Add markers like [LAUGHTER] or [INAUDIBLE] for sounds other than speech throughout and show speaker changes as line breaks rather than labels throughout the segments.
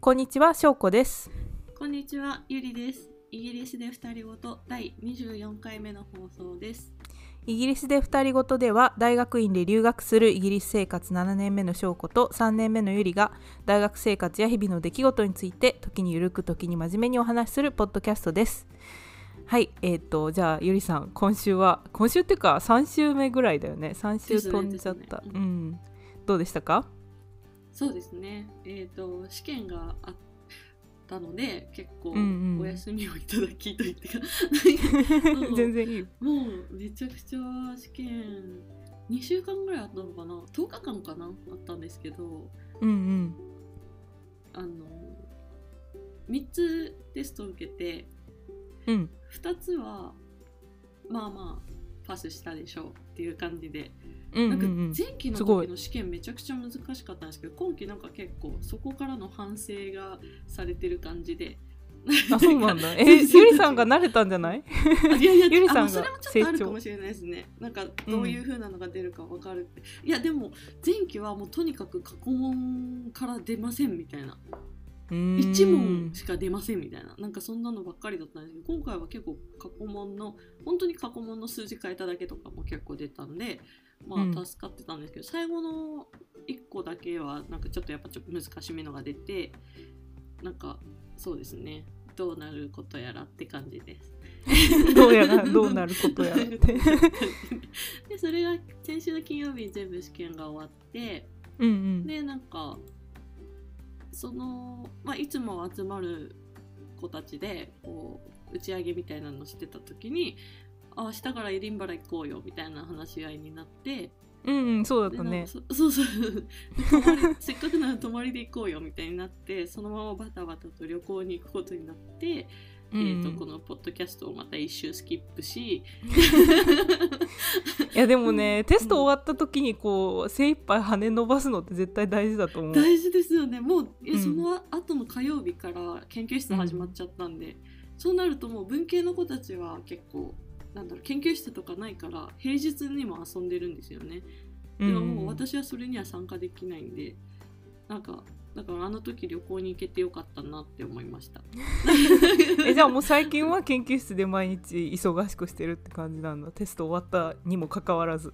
こんにちは、しょうこです。
こんにちは、ゆりです。イギリスで二人ごと第24回目の放送です。
イギリスで二人ごとでは、大学院で留学するイギリス生活7年目のしょうこと3年目のゆりが、大学生活や日々の出来事について、時にゆるく、時に真面目にお話しするポッドキャストです。はい、えっ、と、じゃあ、ゆりさん、今週は、今週っていうか、3週目ぐらいだよね。3週
ですね
飛んじゃった。
です
う
ね
ん。どうでしたか
そうですね。えっ、と試験があったので結構
うんうん
お休みをいただきと言ってか、う
全然いいよ。
もうめちゃくちゃ試験2週間ぐらいあったのかな、10日間かなあったんですけど、
うんうん。
あの3つテストを受けて
うん。
2つはまあまあパスしたでしょうっていう感じで
うんう
なん
ん
か
うん、
前期の
すごい
時の試験めちゃくちゃ難しかったんですけど今期なんか結構そこからの反省がされてる感じで
あそうなんだえ
全然
ゆりさんが慣れたんじゃない
あいやいや
ゆりさんが
あのそれもちょっと
成
ある
長
かもしれないですねなんかどういう風なのが出るか分かるって、いやでも前期はもうとにかく過去問から出ませんみたいな
一
1問しか出ませんみたいななんかそんなのばっかりだったんですけど今回は結構過去問の本当に過去問の数字変えただけとかも結構出たんでま
うん
あ助かってたんですけど、最後の1個だけはなんかちょっとやっぱちょっと難しめのが出てなんかそうですねどうなることやらって感じです。
[LAUGHS] どうやらどうなること
[LAUGHS]
やらって
でそれが先週の金曜日に全部試験が終わって
うんうん
でなんかその、まあ、いつも集まる子たちでこう打ち上げみたいなのしてた時に「あ明日からエディンバラ行こうよ」みたいな話し合いになって
うんうんそうだ
で
った
なん
ね
かそそうそう [LAUGHS] 泊
[LAUGHS]
まりせっかくなら泊まりで行こうよみたいになってそのままバタバタと旅行に行くことになって、
うんう
えー、とこ
ん
のポッドキャストをまた一周スキップし
いやでもねテスト終わった時にこう精一杯羽伸ばすのって絶対大事だと思う
大事ですよねもうえ、
うん
その後の火曜日から研究室始まっちゃったんで、そうなるともう文系の子たちは結構なんだろう研究室とかないから平日にも遊んでるんですよね、
うん
でももう私はそれには参加できないんでなんかだからあの時旅行に行けてよかったなって思いました
[LAUGHS] えじゃあもう最近は研究室で毎日忙しくしてるって感じなんだテスト終わったにもかかわらず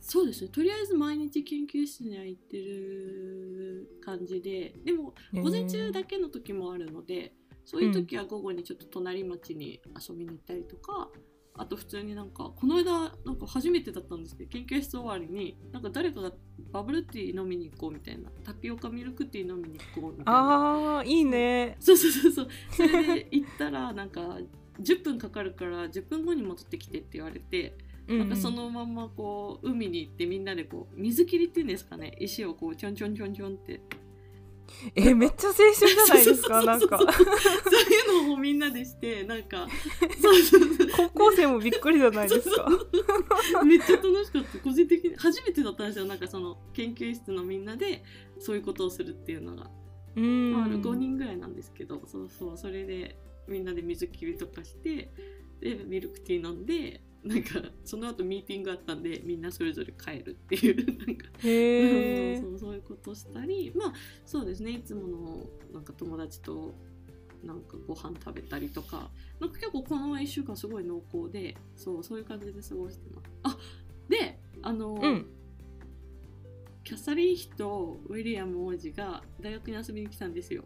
そうですねとりあえず毎日研究室には行ってる感じででも [LAUGHS] 午前中だけの時もあるのでそういう時は午後にちょっと隣町に遊びに行ったりとか、あと普通になんかこの間なんか初めてだったんですけど研究室終わりになんか誰かがバブルティー飲みに行こうみたいなタピオカミルクティー飲みに行こうみたいな
あーいいね
そうそうそうそうそれで行ったらなんか10分かかるから10分後に戻ってきてって言われて
な
なんかそのまんまこう海に行ってみんなでこう水切りっていうんですかね石をこうちょんちょんちょんちょんって
えめっちゃ青春じゃないですかなんか
[LAUGHS] そうそうそうそういうのをみんなでしてなんかそうそうそう
高校生もびっくりじゃないですか
めっちゃ楽しかった個人的に初めてだったんですよなんかその研究室のみんなでそういうことをするっていうのが、
う
まあ、
ん
5人ぐらいなんですけどそうそうそれでみんなで水切りとかしてでミルクティー飲んでなんかその後ミーティングあったんでみんなそれぞれ帰るっていうなんか
へえ
そうそうそういうことしたりまあそうですねいつものなんか友達となんかご飯食べたりとかなんか結構この1週間すごい濃厚でそうそういう感じで過ごしてますあであの、
うん
キャサリン妃とウィリアム王子が大学に遊びに来たんですよ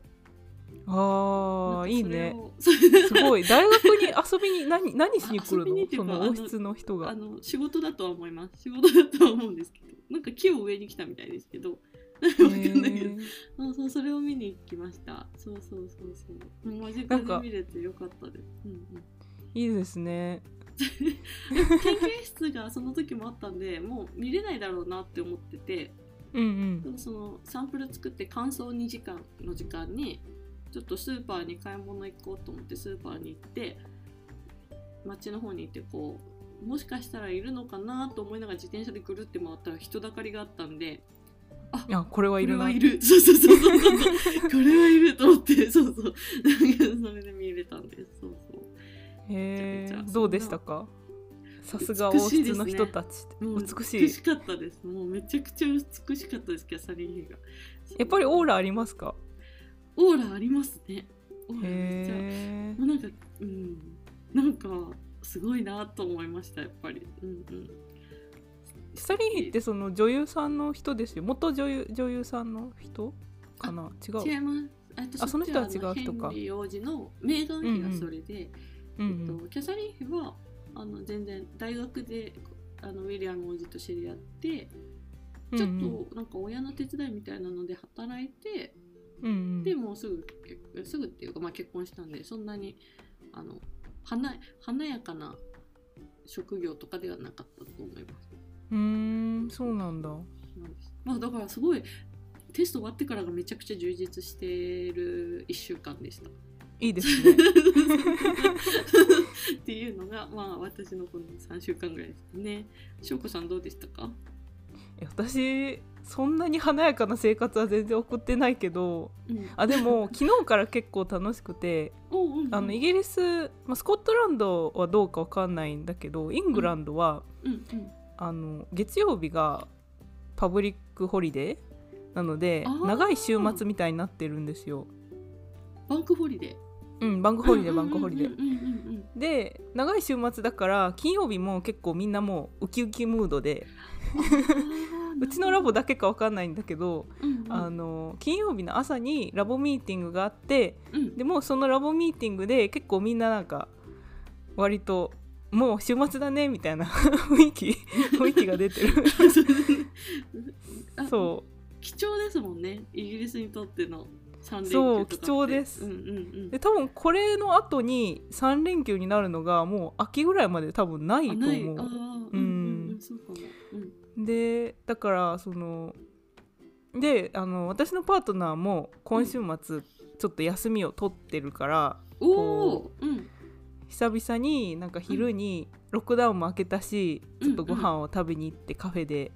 あーいい
[LAUGHS]
ね
す
すごい大学に遊びに何何しに来る
あ遊びに
の
ってい
そう
か
の
あの
王室の人
あ
が
の仕事だとは思います仕事だとは思うんですけどなんか木を植えに来たみたいですけど [LAUGHS] わかんないけど
へー
そうそう、それを見に行きました。そうそうそうそう。もう間
な
近
んか
で見れてよかったです。うんうん、
いいですね
研究室がその時もあったんで、もう見れないだろうなって思ってて、
うん
でもそのサンプル作って乾燥2時間の時間に、ちょっとスーパーに買い物行こうと思ってスーパーに行って、街の方に行ってこう、もしかしたらいるのかなと思いながら自転車でぐるって回ったら人だかりがあったんで、
うんいやこれはいるな
これはいる。そうそうそうそうそう。これはいると思って、そうそう。なんかそれで見れたんです。そうそう。
へ
めちゃめち
ー
ゃ
どうでしたかさすが王
美しい
室
ですね
の人たち
もう
美しい
美しかったです。もうめちゃくちゃ美しかったです、キャサリン妃が。
やっぱりオー
ラ
ラありますか
オーラありますねオーラめっちゃ
へ
もうなんかうんなんかすごいなと思いましたやっぱりうんうん
えサリーってその女優さんの人ですよ元女優女優さんの人かな違う
違いますえっと
あその人は違う
そっち
人か
あのヘンリー王子のメーガン妃がそれで、
うんうん
えっと、キャサリン妃はあの全然大学であのウィリアム王子と知り合ってち
う
ょ
んうん
っとなんか親の手伝いみたいなので働いて、
うんうん
でもうすぐ結すぐっていうか、まあ、結婚したんでそんなにあの華華やかな職業とかではなかったと思います。
うーんそうなんだ
なんですまあ、だからすごいテスト終わってからがめちゃくちゃ充実してる1週間でした。 [LAUGHS]
いいですね
っていうのが、まあ、私のこの3週間ぐらいですね。しょうこさんどうでしたか
いや私そんなに華やかな生活は全然送ってないけど
うん
あで [LAUGHS] も昨日から結構楽しくて
おううんうん
あのイギリス、まあ、スコットランドはどうかわかんないんだけどイングランドは、
うんうん
あの月曜日がパブリックホリデーなので
あー
長い週末みたいになってるんですよ。
バンクホリデー。
うん、バンクホリデーバンクホリデー。
うんうんうん
[LAUGHS]
うんうん
で長い週末だから金曜日も結構みんなもうウキウキムードで
あー
うちのラボだけかわかんないんだけど、
うんうん
あの金曜日の朝にラボミーティングがあって
うん
でもうそのラボミーティングで結構みんななんか割ともう週末だねみたいな [LAUGHS] 雰囲気
[LAUGHS]
雰囲気が出てる
[LAUGHS] あ
そ
貴重ですもんねイギリスにとっての3連休
そう
とかって
貴重です
うんうん
うで多分これの後に3連休になるのがもう秋ぐらいまで多分な
う
い
んあ
と
ないあ
思
ー
う
うんんうんうんそうかもうん
うでだからそのであの私のパートナーも今週末ちょっと休みを取ってるから、
おおうん
久々になんか昼にロックダウンも明けたし、
うん
ちょっとご飯を食べに行ってカフェで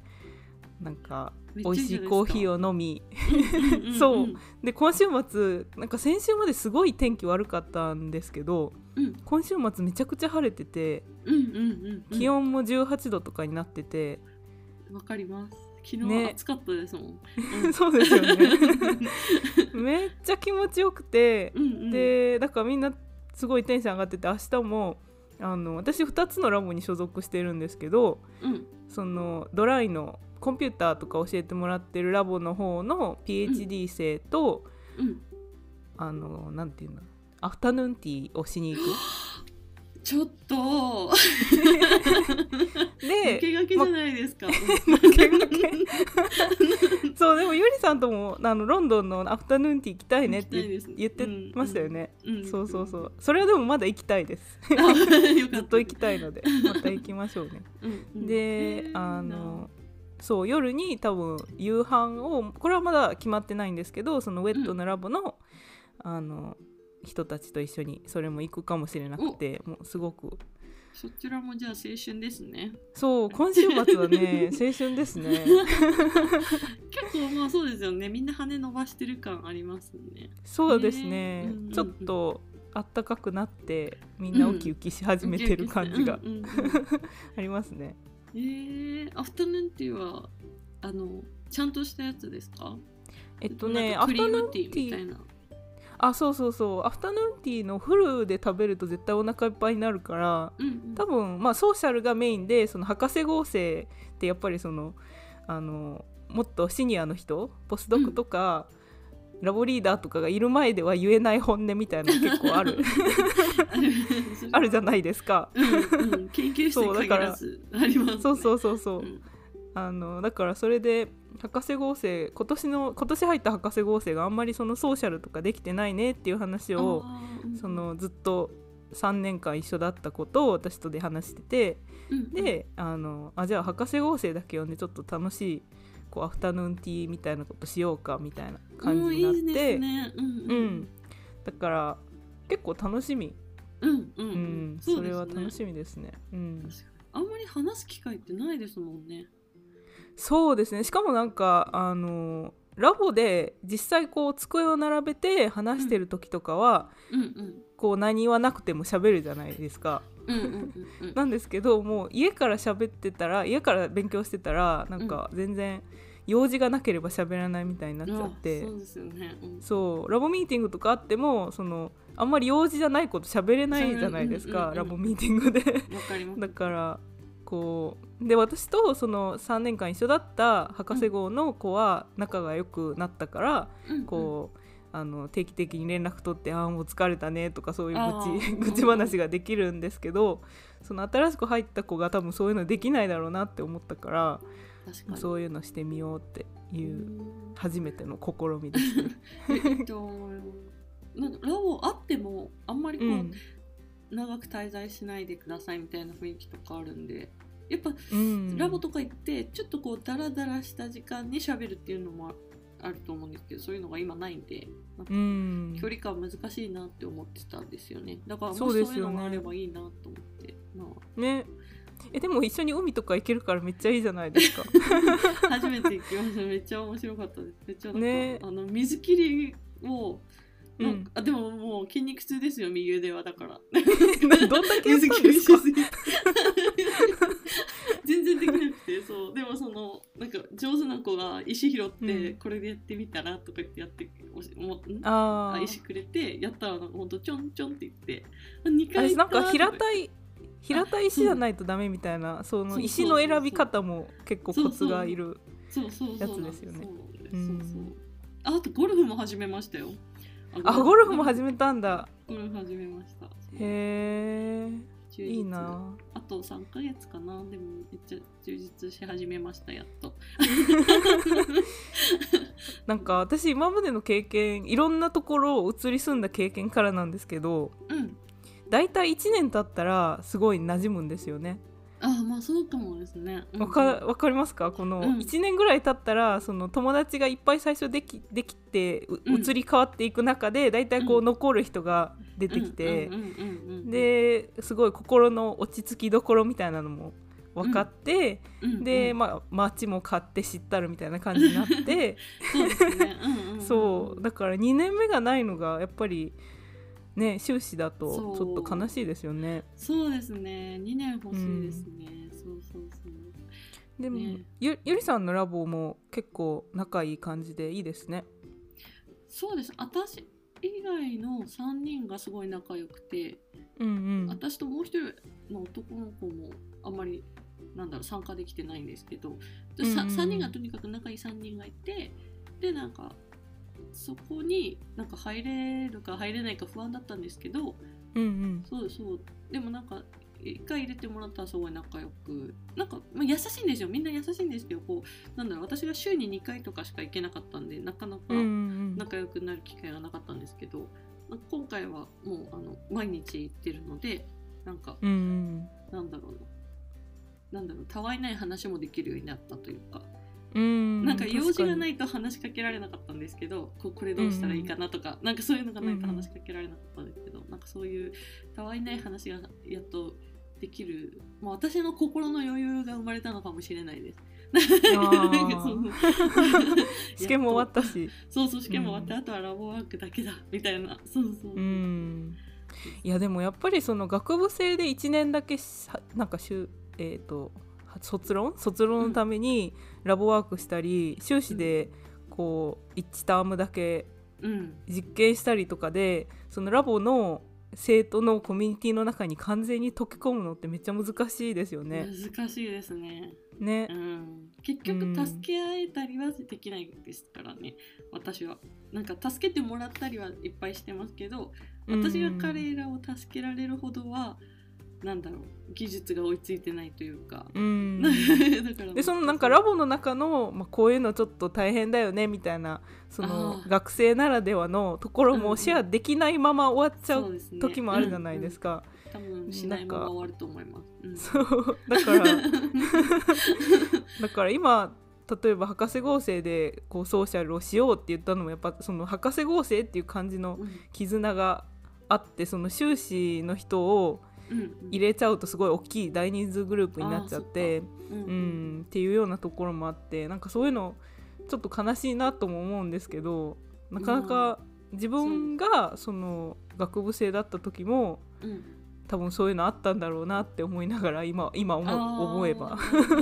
なんか
め
美
っちゃ
味
じ
し
ゃ
い
なですか
コーヒーを飲み
うんうんうん
そう
うん
で今週末なんか先週まですごい天気悪かったんですけど
うん
今週末めちゃくちゃ晴れてて
うんうんうん
気温も18度とかになってて、
わかります昨日
ね
暑かったですも
[LAUGHS]
ん
そうですよね
[LAUGHS]
めっちゃ気持ちよくて
うんうん
でだからみんなすごいテンション上がってて明日もあの私2つのラボに所属してるんですけど、
うん
そのドライのコンピューターとか教えてもらってるラボの方の PhD 生と、
うん
あのなんていうのアフタヌーンティーをしに行
[LAUGHS]
く
ちょっと抜
で
け駆けじゃないです
[LAUGHS]
か、
け駆そうでもゆりさんともあのロンドンのアフタヌーンティー行きたいねって言っ言ってましたよね、
うん、うん
そうそうそうそれはでもまだ行きたいです
[LAUGHS] あよか
ず
た
っと行きたいのでまた行きましょうね
うんうん
で
えー
あのそう夜に多分夕飯をこれはまだ決まってないんですけどそのウェットのラボの,、あの人たちと一緒にそれも行くかもしれなくてもうすごく
そちらもじゃあ青春ですね
そう今週末は
[LAUGHS]
ね青春ですね
結構まあそうですよねみんな羽伸ばしてる感ありますね
そうですね、
ねうん
ちょっとあったかくなってみんなウキウキし始めてる感じが
うんうんうん
[LAUGHS] ありますね
えー、アフタヌーンティーはあのちゃんとしたやつですか
えっとね
なん
ア
か
フ
クリ
タ
ー
ヌー
ム
ン
テ
テ
ィ
ィ
ーみた
ー
いな
あそうそうそうアフタヌーンティーのフルで食べると絶対お腹いっぱいになるから
うんうん
多分まあソーシャルがメインでその博士合成ってやっぱりそのあのもっとシニアの人ポスドクとか、ラボリーダーとかがいる前では言えない本音みたいな
[LAUGHS]
の結構ある [LAUGHS] あるじゃ
い。
ないですか。
うんうん、研究室に限らずあります、ね。。
そうそううそうそう、
ん
あのだからそれで博士合成今年の今年入った博士合成があんまりそのソーシャルとかできてないねっていう話を
あー
そ、のずっと3年間一緒だったことを私とで話してて、
うんうん、
であのあじゃあ博士合成だけ読んでちょっと楽しいこうアフタヌーンティーみたいなことしようかみたいな感じになって
うんいいですね。うん
う
うんん、
だから結構楽しみ、
うんうんう
うんん
う
それは楽
い。
しみですね、うん、
あんまり話す機会ってないですもんね。
そうですねしかもなんかあのラボで実際こう机を並べて話してる時とかは、
うんうん
こう何はなくても喋るじゃないですか
うんうんうんうん。
なんですけどもう家から喋ってたら家から勉強してたらなんか全然用事がなければ喋らないみたいになっちゃって、
そうですよね、うん
そうラボミーティングとかあってもそのあんまり用事じゃないこと喋れないじゃないですか、
うんうんうんうん
ラボミーティング
[LAUGHS]
で
わかります
だからこうで私とその3年間一緒だった博士号の子は仲が良くなったから、
うんうん
こうあの定期的に連絡取って「ああもう疲れたね」とかそういう
あ
愚痴 [LAUGHS]
ー
愚痴話ができるんですけどその新しく入った子が多分そういうのできないだろうなって思ったから、
確かに
そういうのしてみようっていううん初めての試みですね。
えっと [LAUGHS] なんかラボあってもあんまりこ
う
[LAUGHS] う、
ん
長く滞在しないでくださいみたいな雰囲気とかあるんでやっぱ、
うん
ラボとか行ってちょっとこうダラダラした時間に喋るっていうのもあると思うんですけどそういうのが今ないんで
うん
距離感難しいなって思ってたんですよねだからもし
そ
そうう
で
い
す
う
よね
のがあればいいなと思って、ま
ねえでも一緒に海とか行けるからめっちゃいいじゃない
[LAUGHS]
ですか。 [LAUGHS]
あ、初めて行きましためっちゃ面白かったですめっちゃなんか、
ね
あの水切りを
う
なんんか、あでももう筋肉痛ですよ右腕はだから
[LAUGHS] どんだけやったんです
水
か
切りしすぎて [LAUGHS] 全然できなくてそうでもそのなんか上手な子が石拾って、
うん
これでやってみたらとか言ってやっておしもん
あ
あ
ー
石くれてやったらなんかほんとちょんちょんって言って2回
あれなんか平
い
たい平たい石じゃないとダメみたいなその
そう
石の選び方も結構コツがいる
そうそうそう
やつですよね
そう
う
そ
ん
うそうああとゴルフも始めましたよ
あゴルフも始
め
めたんだ
ゴルフ始めました
へ
充
え
実
いいな
あと3ヶ月かなでもめっちゃ充実し始めましたやっと
なんか私今までの経験いろんなところを移り住んだ経験からなんですけど
うん
だいたい1年経ったらすごい馴染むんですよね
ああまあそうかもですねうん
わかわかりますかこの
うん
1年ぐらい経ったらその友達がいっぱい最初できできてう
うん
移り変わっていく中でだいたいこう
うん
残る人が出てきて
うんうんうんうんうん、
ですごい心の落ち着きどころみたいなのも分かって、
うんうん
で、まあ、街も買って知ったるみたいな感じになって、
そうですねうんうんん
そうだから2年目がないのがやっぱりね終始だとちょっと悲しいですよね。
そうですね2年欲しいですね、そうそうそう
でも、
ね
ゆゆりさんのラボも結構仲いい感じでいいですね。
そうです私以外の3人がすごい仲良くて、
うんうん、
私ともう一人の男の子もあんまりなんだろう参加できてないんですけど、でさ
うんうんうん
3人がとにかく仲いい3人がいてでなんかそこになんか入れるか入れないか不安だったんですけど
うんうん
そうそうでもなんか一回入れてもらったらすごい仲良くなんか、まあ、優しいんですよみんな優しいんですけどこうなんだろう私が週に2回とかしか行けなかったんでなかなか
うんうん
仲良くなる機会がなかったんですけど、なんか今回はもうあの毎日行ってるのでなんか
うんうん
なんだろうななんだろうたわいない話もできるようになったというか、
うん
なんか用事がないいと話しかけられなかったんですけどここれどうしたらいいかなとか、なんかそういうのがないと話しかけられなかったんですけど、なんかそういうたわいない話がやっとできるもう私の心の余裕が生まれたのかもしれないです。なんかその
試験も終わったし。
そうそう試験も終わって、あとはラボワークだけだみたいなそうそう、
うんいやでもやっぱりその学部生で1年だけさなんかしゅ、えー、とは卒論卒論のためにラボワークしたり、修士でこう1タームだけ
うん、
実験したりとかでそのラボの生徒のコミュニティの中に完全に溶け込むのってめっちゃ難しいですよね。
難しいですね、
ね
う。ん、
う
結
ん
局助け合えたりはできないですからね私はなんか助けてもらったりはいっぱいしてますけど私が彼らを助けられるほどは、なんだろう技術が追いついてないというか、
うん
[LAUGHS] だから
でそのなんかラボの中の、まあ、こういうのちょっと大変だよねみたいなその
あー
学生ならではのところ
うんう
も
ん
シェアできないまま終わっちゃ
そう
う
ですね
時もあるじゃないですか、
うんうん多分しないまま終わると思います、うん
そうだからだから今例えば博士合成でこうソーシャルをしようって言ったのもやっぱその博士合成っていう感じの
うん
絆があってその修士の人を
うん
入れちゃうとすごい大きい大人数グループになっちゃって。
うんう
うんん、っていうようなところもあってなんかそういうのちょっと悲しいなとも思うんですけどなかなか自分がその学部生だった時も
うん
多分そういうのあったんだろうなって思いながら今今思う思えば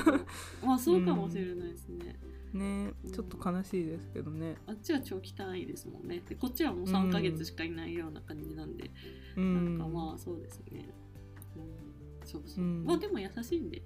[LAUGHS] まあそうかもしれないですね、
ねちょっと悲しいですけどね
あっちは長期単位ですもんねでこっちはもう3ヶ月しかいないような感じなんで、
う
なんか
ん
まあそうですね、うん、そうそう、
うん
まあでも優しいんで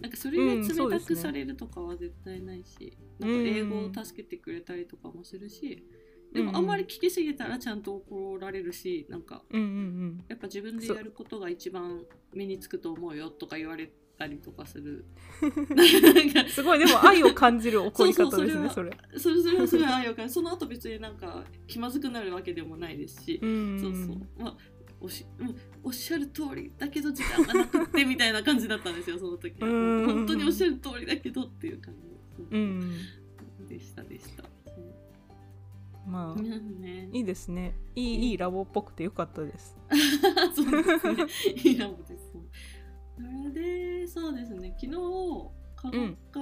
なんかそれ
うん
で
そう
冷
で
た
す
く
ね
されるとかは絶対ないし、
うん
なんか英語を助けてくれたりとかもするし、でもあんまり聞きすぎたらちゃんと怒られるしなんか
うんうん
やっぱ自分でやることが一番身につくと思うよとか言われたりとかす
[LAUGHS]
る [LAUGHS] なんか
うんすごいでも愛を感じる怒り方
そうそう
ですねそ
そ
れ
それそれはそれはよくその後別になんか気まずくなるわけでもないですし、
うん
そうそうまあおしうんおっしゃる通りだけど時間がなくてみたいな感じだったんですよその時は
うん
本当におっしゃる通りだけどっていう感じ、
うん
でしたでしたそう
まあ
ね
いいですねいいいいラボっぽくてよかったです
[LAUGHS] そうですねいいラボですそれでそうですね昨日科学科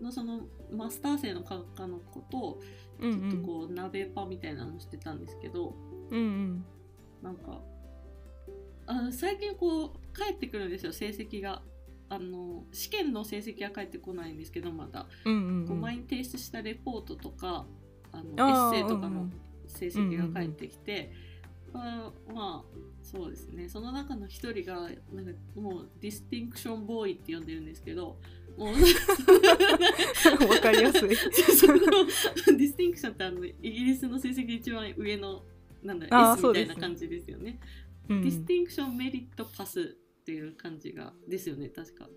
のそのマスター生の科学科の子と
う
ちょっと
ん
こう鍋パみたいなのしてたんですけど、
うんうん
なんかあ最近こう帰ってくるんですよ成績があの試験の成績は返ってこないんですけどまだ、
うんうん
こ
う
うん前に提出したレポートとかあの
あー
エッセイとか
うんう
の
ん
成績が返ってきて、あーまあそうですねその中の一人がなんかもうディスティンクションボーイって呼んでるんですけど
[LAUGHS]
もう [LAUGHS]
わかりやすい
そのディスティンクションってあのイギリスの成績で一番上のなんだ
あー
S
そう
み
で
たい
すね
な感じですよね。
うん
ディスティンクションメリットパスっていう感じがですよね確か。
う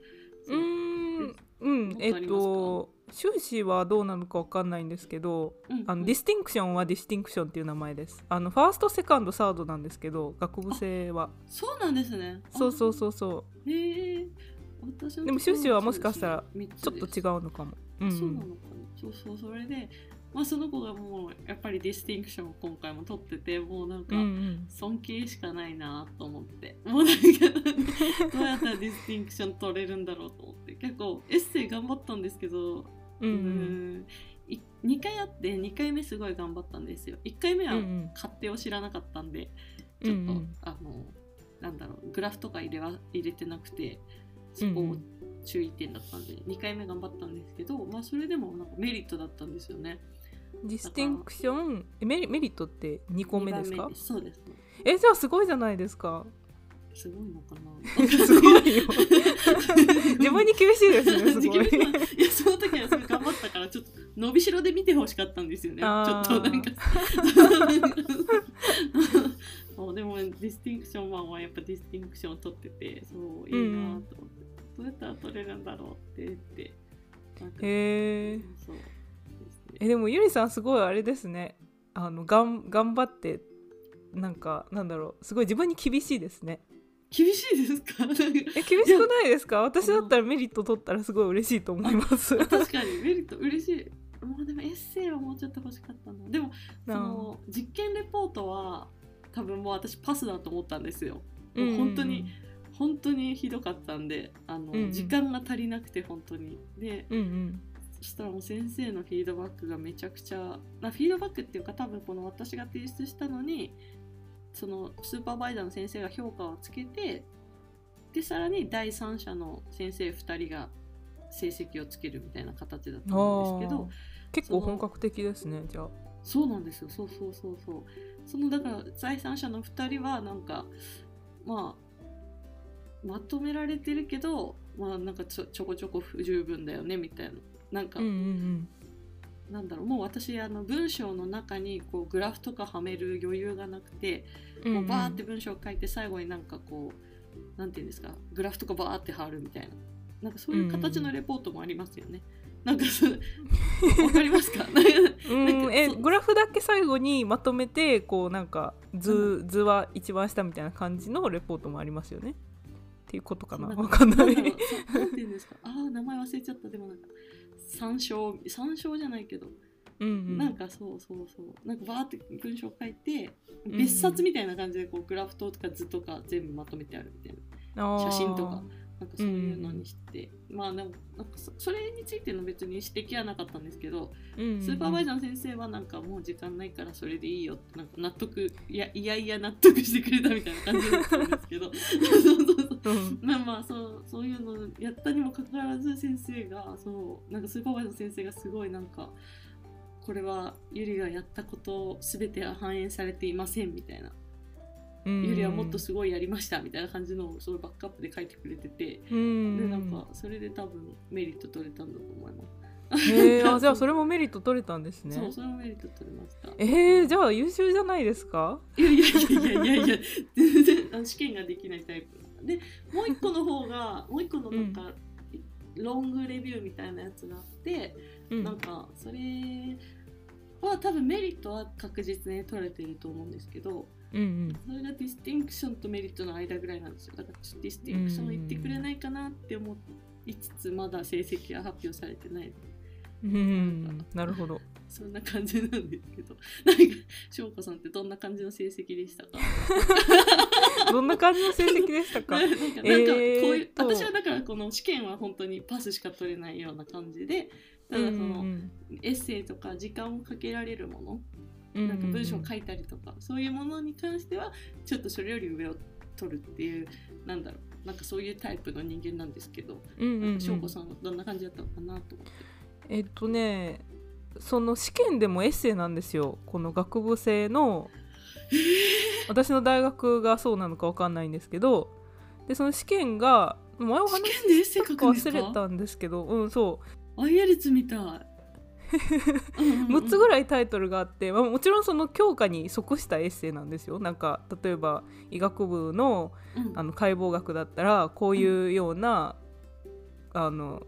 そう
ーんうん
もっと
え
あ
っ
りますか
と修士はどうなのかわかんないんですけど
うん
あのディスティンクションはディスティンクションっていう名前ですあのファーストセカンドサードなんですけど学部生は
そうなんですね。
そうそう
う。
そうそ
へえ。私の
でも修士はもしかしたら
ち
うちょっと違うのかもうん
そうなのかな。そうそうそれで、まあその子がもうやっぱりディスティンクションを今回も取っててもうなんか。
うんうん
尊敬しかないなと思ってもうなんか [LAUGHS] どうやったらディスティンクション取れるんだろうと思って結構エッセイ頑張ったんですけど
う
うん [LAUGHS] んい2回あって2回目すごい頑張ったんですよ1回目
うん
は
うん
勝手を知らなかったんで、
うんう
ちょっと
ん
あのなんだろうグラフとか入れは入れてなくてそこ
うんう
を
ん
注意点だったんで、2回目頑張ったんですけど、まあ、それでもなんかメリットだったんですよね。
ディスティンクションえメリメリットって2個目です
二
か
番目そうです、ね。
えじゃあすごいじゃないです
[LAUGHS]
か
すごいのか
[LAUGHS]
な
すごい
[LAUGHS]
よ自分に厳しいですねすごい
自分のいやその時はそれ頑張ったからちょっと伸びしろで見てほしかったんですよねちょ
あー
っとなんか [LAUGHS] そうでもディスティンクションマンはやっぱディスティンクションを取っててそういいなと思って、どうやったら取れるんだろうって言ってなんか
へえ
そうですね
えでもゆりさんすごいあれですねあのがん頑張ってなんかなんだろうすごい自分に厳しいですね
厳しいですかなんか
え厳しくないですか私だったらメリット取ったらすごい嬉しいと思い
[LAUGHS]
ます [LAUGHS]
確かにメリット嬉しいもうでもエッセイはもうちょっと欲しかったなでもその実験レポートは多分もう私パスだと思ったんですよもう本当に本当にひどかったんであの、
うんうん
時間が足りなくて本当にで
うんうん
そしたらもう先生のフィードバックがめちゃくちゃなフィードバックっていうか多分この私が提出したのにそのスーパーバイザーの先生が評価をつけてでさらに第三者の先生2人が成績をつけるみたいな形だったんですけど
あー結構本格的ですねじゃあ
そうなんですよそうそうそうそうそのだから財産者の2人はなんかまあまとめられてるけどまあなんかちょちょこちょこ不十分だよねみたいななんか、
うんうん
なんだろうもう私あの文章の中にこうグラフとかはめる余裕がなくて、
うんうん
もうバーって文章を書いて最後になんかこうなんていうんですかグラフとかバーって貼るみたいななんかそういう形のレポートもありますよね、なんかそう [LAUGHS] わかりますか [LAUGHS]
うんえ
そう
グラフだけ最後にまとめてこうなんか図図は一番下みたいな感じのレポートもありますよねっていうことかなわかんな
なんだろ
いう
そなんていうんですか。ああ、名前忘れちゃった。でもなんか、参照、参照じゃないけど、
[LAUGHS] うんうん
なんかそうそうそう。なんかバーって文章書いて、
ん
別冊みたいな感じでこうグラフとか図とか全部まとめてあるみたいな。
あー
写真とかなんかそういうのにして、まあなんかなんかそそれについての別に指摘はなかったんですけど、スーパーバイ
ザ
ザーの先生はなんかもう時間ないからそれでいいよってなんか納得いやいやいや納得してくれたみたいな感じだったんですけど [LAUGHS] そうそうそう
ー、うん
まあまあそうそういうのやったにもかかわらず先生がそうなんかスーパーバイザーの先生がすごいなんかこれはゆりがやったこと全ては反映されていませんみたい
う
な、
ん
ゆりはもっとすごいやりましたみたいな感じのをすごいバックアップで書いてくれてて、
うん
でなんかそれで多分メリット取れたんだと思います。
へえあじゃあそれもメリット取れたんですね
そうそれもメリット取れました。
えー、じゃあ優秀じゃないですか
いやいやいやいやいやいや全然あの試験ができないタイプでもう一個の方がもう一個のなんか、ロングレビューみたいなやつがあって、
うん
なんかそれは多分メリットは確実に取れてると思うんですけど
うん
それがディスティンクションとメリットの間ぐらいなんですよだからちょっとディスティンクション言ってくれないかなって思いつつまだ成績は発表されてない
うんうんなるほど
そんな感じなんですけど [LAUGHS] なんか翔子さんってどんな感じの成績でしたか
どんな感じの成績でしたか
[LAUGHS] なんかなんかこういう、
えーと
私はだからこの試験は本当にパスしか取れないような感じでただそのエッセイとか時間をかけられるもの、なんか文章を書
い
いたりとかそういうものに関してはちょっとそれより上を取るっていうなんだろうなんかそういうタイプの人間なんですけど
てうんうんうん
翔子さんはどんな感じだったのかなと思って。
えっとねその試験でもエッセイなんですよこの学部生の私の大学がそうなのかわかんないんですけどでその試験が前お話
試験でエッセイ書くんです
忘
か
れたんですけどうんそう
アイエルツみ
[LAUGHS]
たい。うんうんうん
6つぐらいタイトルがあって、まあ、もちろんその教科に即したエッセイなんですよなんか例えば医学部の
うん
あの解剖学だったらこういうような、あの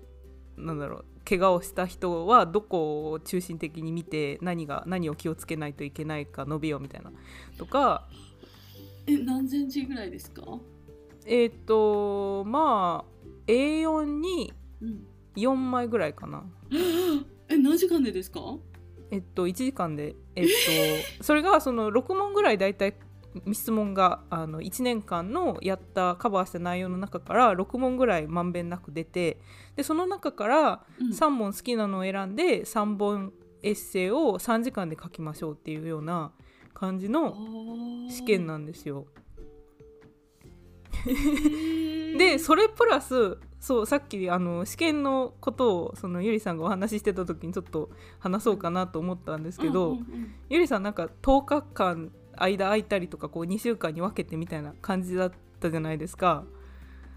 なんだろう怪我をした人はどこを中心的に見て何が何を気をつけないといけないか伸びようみたいなとか
え何センチぐらいですか、
えっ、とまあ A4 に
うん、
4枚ぐらいかな。
え何時間でですか
えっと、1時間で、えっ [LAUGHS] と、それがその6問ぐらい大体質問があの1年間のやったカバーした内容の中から6問ぐらいまんべんなく出てでその中から
うん
3問好きなのを選んで3本エッセイを3時間で書きましょうっていうような感じの試験なんですよ。で
で
それプラスそうさっきあの試験のことをそのゆりさんがお話ししてた時にちょっと話そうかなと思ったんですけど。ゆりさんなんか10日間間空いたりとかこう2週間に分けてみたいな感じだったじゃないですか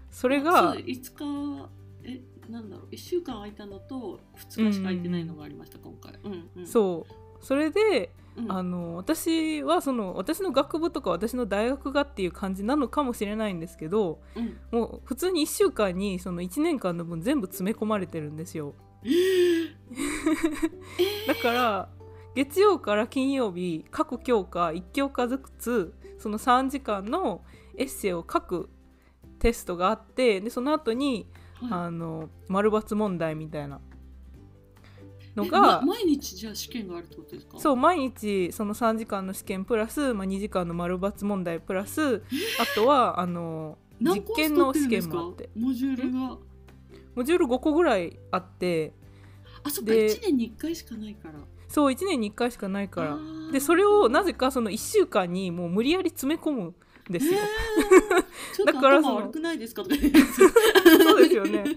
そ
こ
れが
5日えなんだろう1週間空いたのと2日しか空いてないのがありました、今回、うんうん、う、
そうそれで
ん、
あの私はその私の学部とか私の大学がっていう感じなのかもしれないんですけど
うん
もう普通に1週間にその1年間の分全部詰め込まれてるんですよだから月曜から金曜日各教科1教科ずつその3時間のエッセイを書くテストがあってでその後に
はい
あの丸抜問題みたいなの
え
が、
ま毎日じゃあ試験があるってことですか
そうう毎日その3時間の試験プラス、まあ、2時間の丸抜問題プラスあとはあの実
何コース
験の
取っ
試
てるんです
験
か
もあって
モジュールが
モジュール5個ぐらいあって
あそっか
で
1年に1回しかないから
そう1年に1回しかないからで
れ
それをなぜかその1週間にもう無理やり詰め込むんですよ。
ちょっと
だから
頭
その
悪くないですかとか言うんですよ [LAUGHS]
そうですよね [LAUGHS]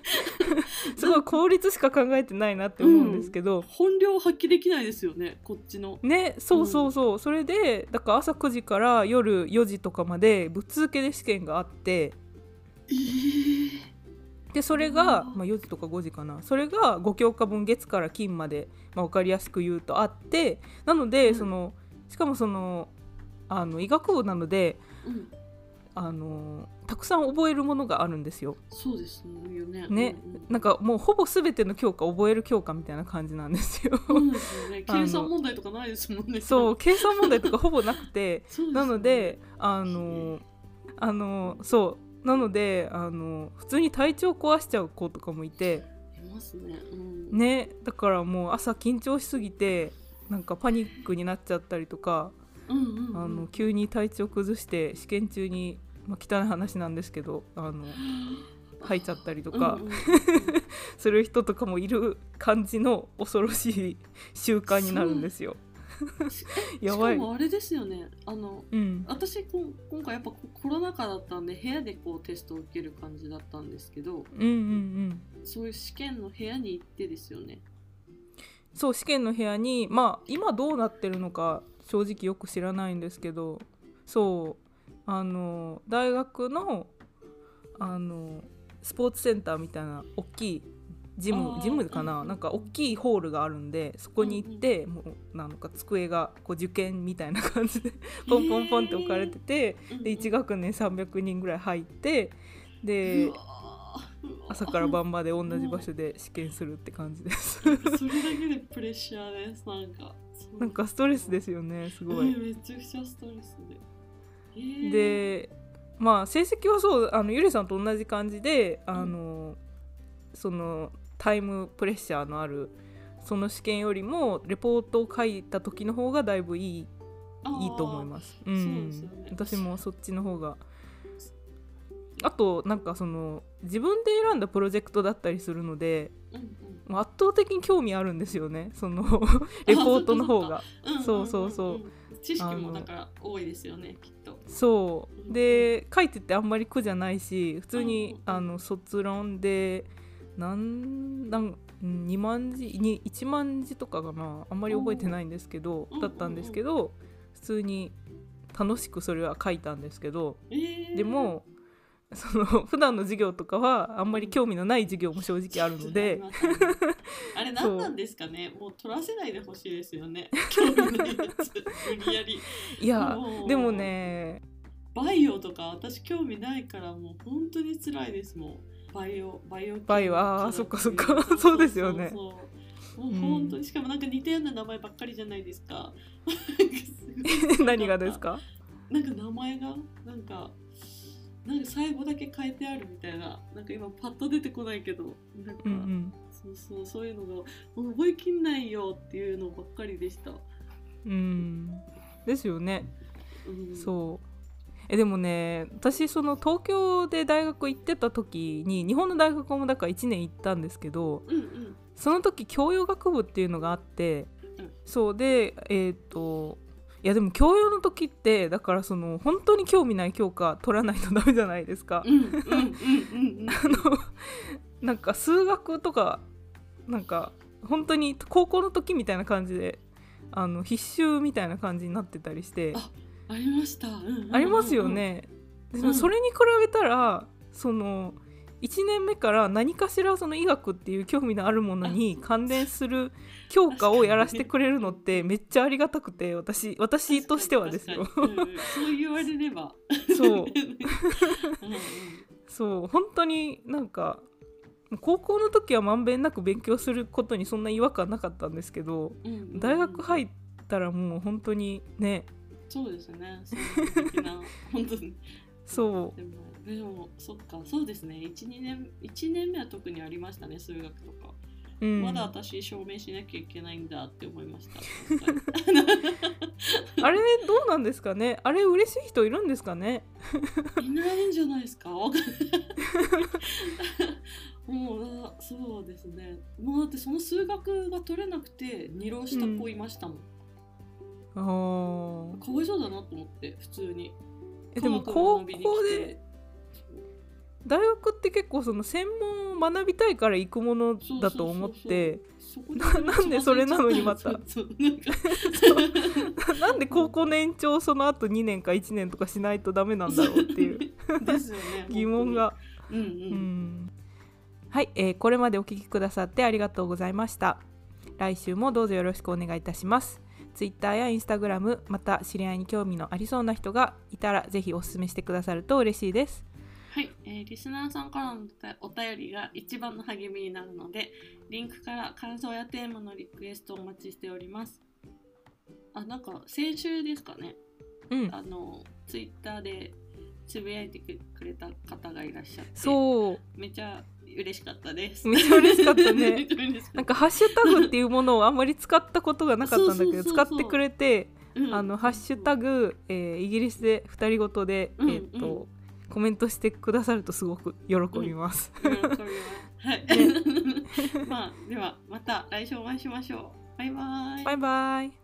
すごい効率しか考えてないなって思うんですけど、
本領発揮できないですよねこっちの
ねそうそうそう、それでだから朝9時から夜4時とかまでぶっ続けで試験があって
えー
でそれが、
あー
まあ、4時とか5時かなそれが5教科分月から金まで、まあ、分かりやすく言うとあってなので、
うん
そのしかもそのあの医学部なので
うん
あのたくさん覚えるものがあるんですよ。
そうですよね。
ね
うん
なんかもうほぼ全ての教科覚える教科みたいな感じなんですよ。
うん、そうですよね。
[LAUGHS] あの
計算問題とかないですもんね。
そう計算問題とかほぼなくて
そうすよね
なので、あのあのそうなのであの普通に体調壊しちゃう子とかもいて
いますね。うん、
ねだからもう朝緊張しすぎてなんかパニックになっちゃったりとか
うんうんうん、
あの急に体調崩して試験中に、まあ、汚い話なんですけどあの吐いちゃったりと
う
か
んうんうん
する人とかもいる感じの恐ろしい習慣になるんですよ。 [LAUGHS] やば
し
い。
かもあれですよねあの
うん。
私こん今回やっぱココロナ禍だったんで部屋でこうテストを受ける感じだったんですけど
うんうんうん。
そういう試験の部屋に行ってですよね
そう試験の部屋にまあ今どうなってるのか正直よく知らないんですけどそうあの大学のあのスポーツセンターみたいな大きいジ
あ
ム
ー
ジムかな
うん
なんか大きいホールがあるんでそこに行って、もうなんか机がこう受験みたいな感じでポンポンポンって置かれてて、で1
が
学年300人ぐらい入ってで朝から晩まで同じ場所で試験するって感じです。
[LAUGHS] それだけでプレッシャーですなんかそう
なんかストレスですよねすごい。
うんめちゃくちゃストレスでえー
でまあ成績はそうあのゆりさんと同じ感じであの、そのタイムプレッシャーのあるその試験よりもレポートを書いた時の方がだいぶいい
あー
いいと思います。う
そうですよ
ん
ね
私もそっちの方があとなんかその自分で選んだプロジェクトだったりするので
うん
もう圧倒的に興味あるんですよねそ
[LAUGHS]
のレポートの方が。
うんん
そうそうそうん
ん知識
あ
も
の
だから多いですよねきっと
そうで書いててあんまり苦じゃないし普通
うんうん
に
うん
あの卒論でなんなんうん2万字に1万字とかかなあんまり覚えてないんですけど
うん
だったんですけど普通に楽しくそれは書いたんですけど
えー
でもその [LAUGHS] 普段の授業とかはあんまり興味のない授業も正直あるので
ありますねあれ何なんですかねもう取らせないでほしいですよね [LAUGHS] 興味ないやつ無理やり
いや
う
でもね [LAUGHS]
バイオとか私興味ないからもう本当に辛いですもんバイオバイオ
バイオあー
系
そ
の
っかそっ
系
か [LAUGHS]
の
そうですよね
そうそうもう本当
う
にしかもなんか似たような名前ばっかりじゃないですか [LAUGHS] なんかすごい
何がですか
なんか名前がなんかなんか最後だけ変えてあるみたいななんか今パッと出てこないけどなんか、
うんうん
そうそうそういうのがもう覚えきんないよっていうのばっかりでした、
うんですよね
うん、う
そうえでもね私その東京で大学行ってた時に日本の大学もだから1年行ったんですけど
うんうん
その時教養学部っていうのがあって
うん
そうでえっ、といやでも教養の時ってだからその本当に興味ない教科取らないとダメじゃないですか
う。んうんうんうん
あの [LAUGHS] なんか数学とかなんか本当に高校の時みたいな感じであの必修みたいな感じになってたりして。
ありました、うんうんうん
ありますよね。
うん
でもそれに比べたらその1年目から何かしらその医学っていう興味のあるものに関連する教科をやらせてくれるのってめっちゃありがたくて私私としてはですよ。
確かに確かにうんそう言われれば
そう
うんうん
そう本当になんか高校の時はまんべんなく勉強することにそんな違和感なかったんですけど
うんうん
大学入ったらもう本当にね
そうですねそういう的な本当に
そう
でもでもそっかそうですね12年一年目は特にありましたね数学とか、
うん
まだ私証明しなきゃいけないんだって思いました
あれどうなんですかねあれ嬉しい人いるんですかね
いないんじゃないですか。 [LAUGHS] わかんないもうなそうですね。もうだってその数学が取れなくて二浪した子いましたもん。
あー
かわいそうだなと思って普通に。
えでも
科学を
高
学
校
びに来
で
て
大学って結構その専門を学びたいから行くものだと思って
そこ
ななんでそれなのにまた
そうそうなん
[LAUGHS]
か
なんで高校の延長その後2年か1年とかしないとダメなんだろうっていう
[LAUGHS] ですよね。
疑問が。
本当に。うん
う
うん。
んはい、えーこれまでお聞きくださってありがとうございました来週もどうぞよろしくお願いいたします Twitter や Instagram また知り合いに興味のありそうな人がいたらぜひお勧めしてくださると嬉しいです
はい、えーリスナーさんからのお便りが一番の励みになるので、リンクから感想やテーマのリクエストをお待ちしております。あ、なんか先週ですかね、
うん
あのツイッターでつぶやいてくれた方がいらっしゃって、
そう
めちゃ嬉しかったです。
めちゃ嬉しかったね
[LAUGHS] めちゃ嬉しかった
なんかハッシュタグっていうものをあんまり使ったことがなかったんだけど
そうそうそう
使
そう
ってくれて
うん
あのハッシュタグ、えーイギリスで二人ごとで、
うん
えーっと
う
コメントしてくださるとすごく喜びます。
喜びますはい。 [LAUGHS] まあではまた来週お会いしましょう。バイバイ。
バイバイ。